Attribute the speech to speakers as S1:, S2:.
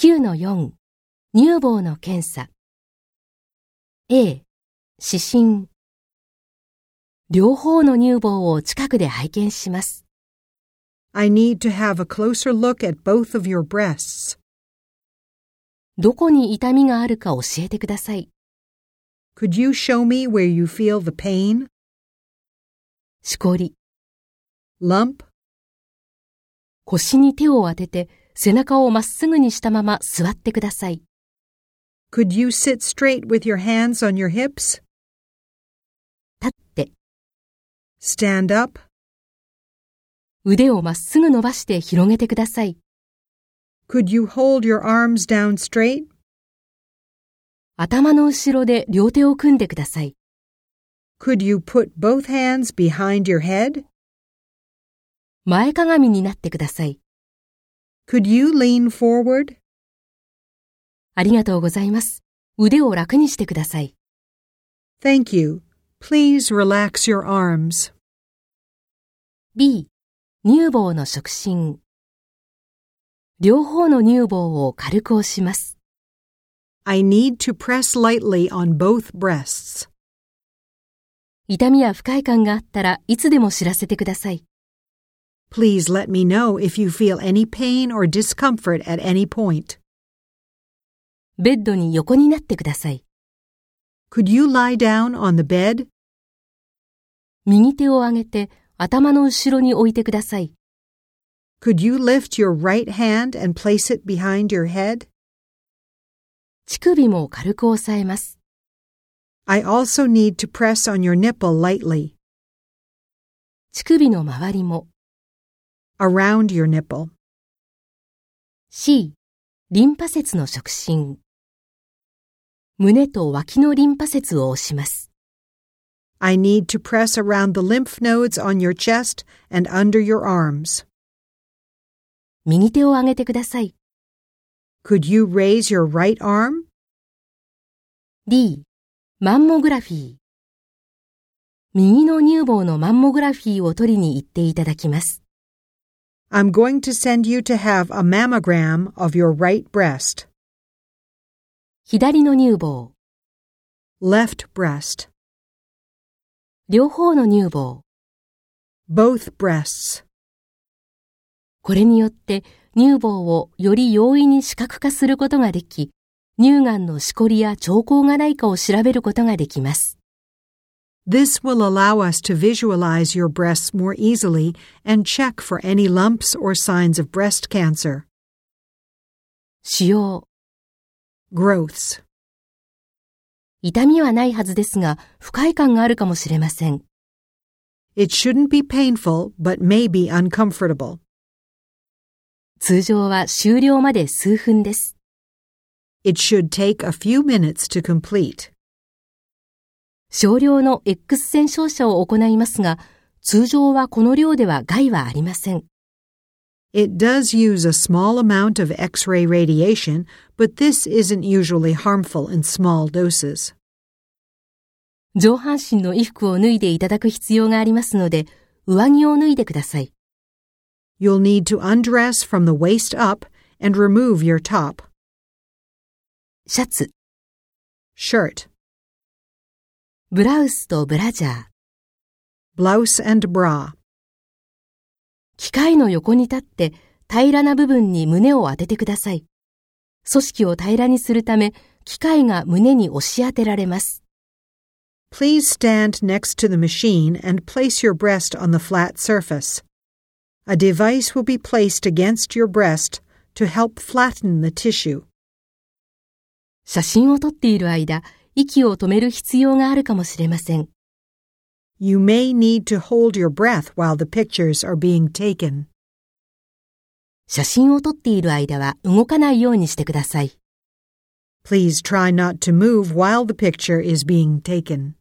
S1: 9-4乳房の検査 A 指針両方の乳房を近くで拝見します
S2: I need to have a closer look at both of your breasts.
S1: どこに痛みがあるか教えてください
S2: Could you show me where you feel the pain,
S1: しこり
S2: lump,
S1: 腰に手を当てて背中をまっすぐにしたまま座ってください
S2: Could you sit straight with your hands on your hips?
S1: 立って
S2: Stand up.
S1: 腕をまっすぐ伸ばして広げてください
S2: Could you hold your arms down straight?
S1: 頭の後ろで両手を組んでください
S2: Could you put both hands behind your head?
S1: 前かがみになってください
S2: Could you lean forward?
S1: ありがとうございます腕を楽にしてください
S2: Thank you. Please relax your arms.
S1: B 乳房の触診両方の乳房を軽く押します
S2: I need to press lightly on both breasts.
S1: 痛みや不快感があったらいつでも知らせてください
S2: Please let me know if you feel any pain or discomfort at any point.
S1: ベッドに横になってください
S2: Could you lie down on the bed?
S1: 右手を上げて頭の後ろに置いてください
S2: Could you lift your right hand and place it behind your head?
S1: 乳首も軽く押さえます
S2: I also need to press on your nipple lightly,
S1: 乳首の周りも
S2: around your nipple.
S1: C リンパ節の触診胸と脇のリンパ節を押します
S2: I need to press around the lymph nodes on your chest and under your arms.
S1: 右手を上げてください
S2: Could you raise your right arm?
S1: D マンモグラフィー右の乳房のマンモグラフィーを取りに行っていただきます
S2: I'm going to send you to have a mammogram of your right breast,
S1: 左の乳房
S2: left breast,
S1: 両方の乳房
S2: both breasts.
S1: これによって乳房をより容易に視覚化することができ乳がんのしこりや兆候がないかを調べることができます
S2: This will allow us to visualize your breasts more easily and check for any lumps or signs of breast cancer,
S1: 使用
S2: growths.
S1: 痛みはないはずですが不快感があるかもしれません
S2: It shouldn't be painful, but may be uncomfortable.
S1: 通常は終了まで数分です
S2: It should take a few minutes to complete.
S1: 少量の X 線照射を行いますが通常はこの量では害はありません
S2: It does use a small amount of X ray radiation, but this isn't usually harmful in small doses.
S1: 上半身の衣服を脱いでいただく必要がありますので上着を脱いでください
S2: You'll need to undress from the waist up and remove your top,
S1: シャツ
S2: shirt,
S1: ブラウスとブラジャー
S2: blouse, and bra.
S1: 機械の横に立って平らな部分に胸を当ててください組織を平らにするため機械が胸に押し当てられます
S2: Please stand next to the machine and place your breast on the flat surface. A device will be placed against your breast to help flatten the tissue.
S1: 写真を撮っている間息を止める必要があるかもしれません
S2: You may need to hold your breath while the pictures are being taken.
S1: 写真を撮っている間は動かないようにしてください
S2: Please try not to move while the picture is being taken.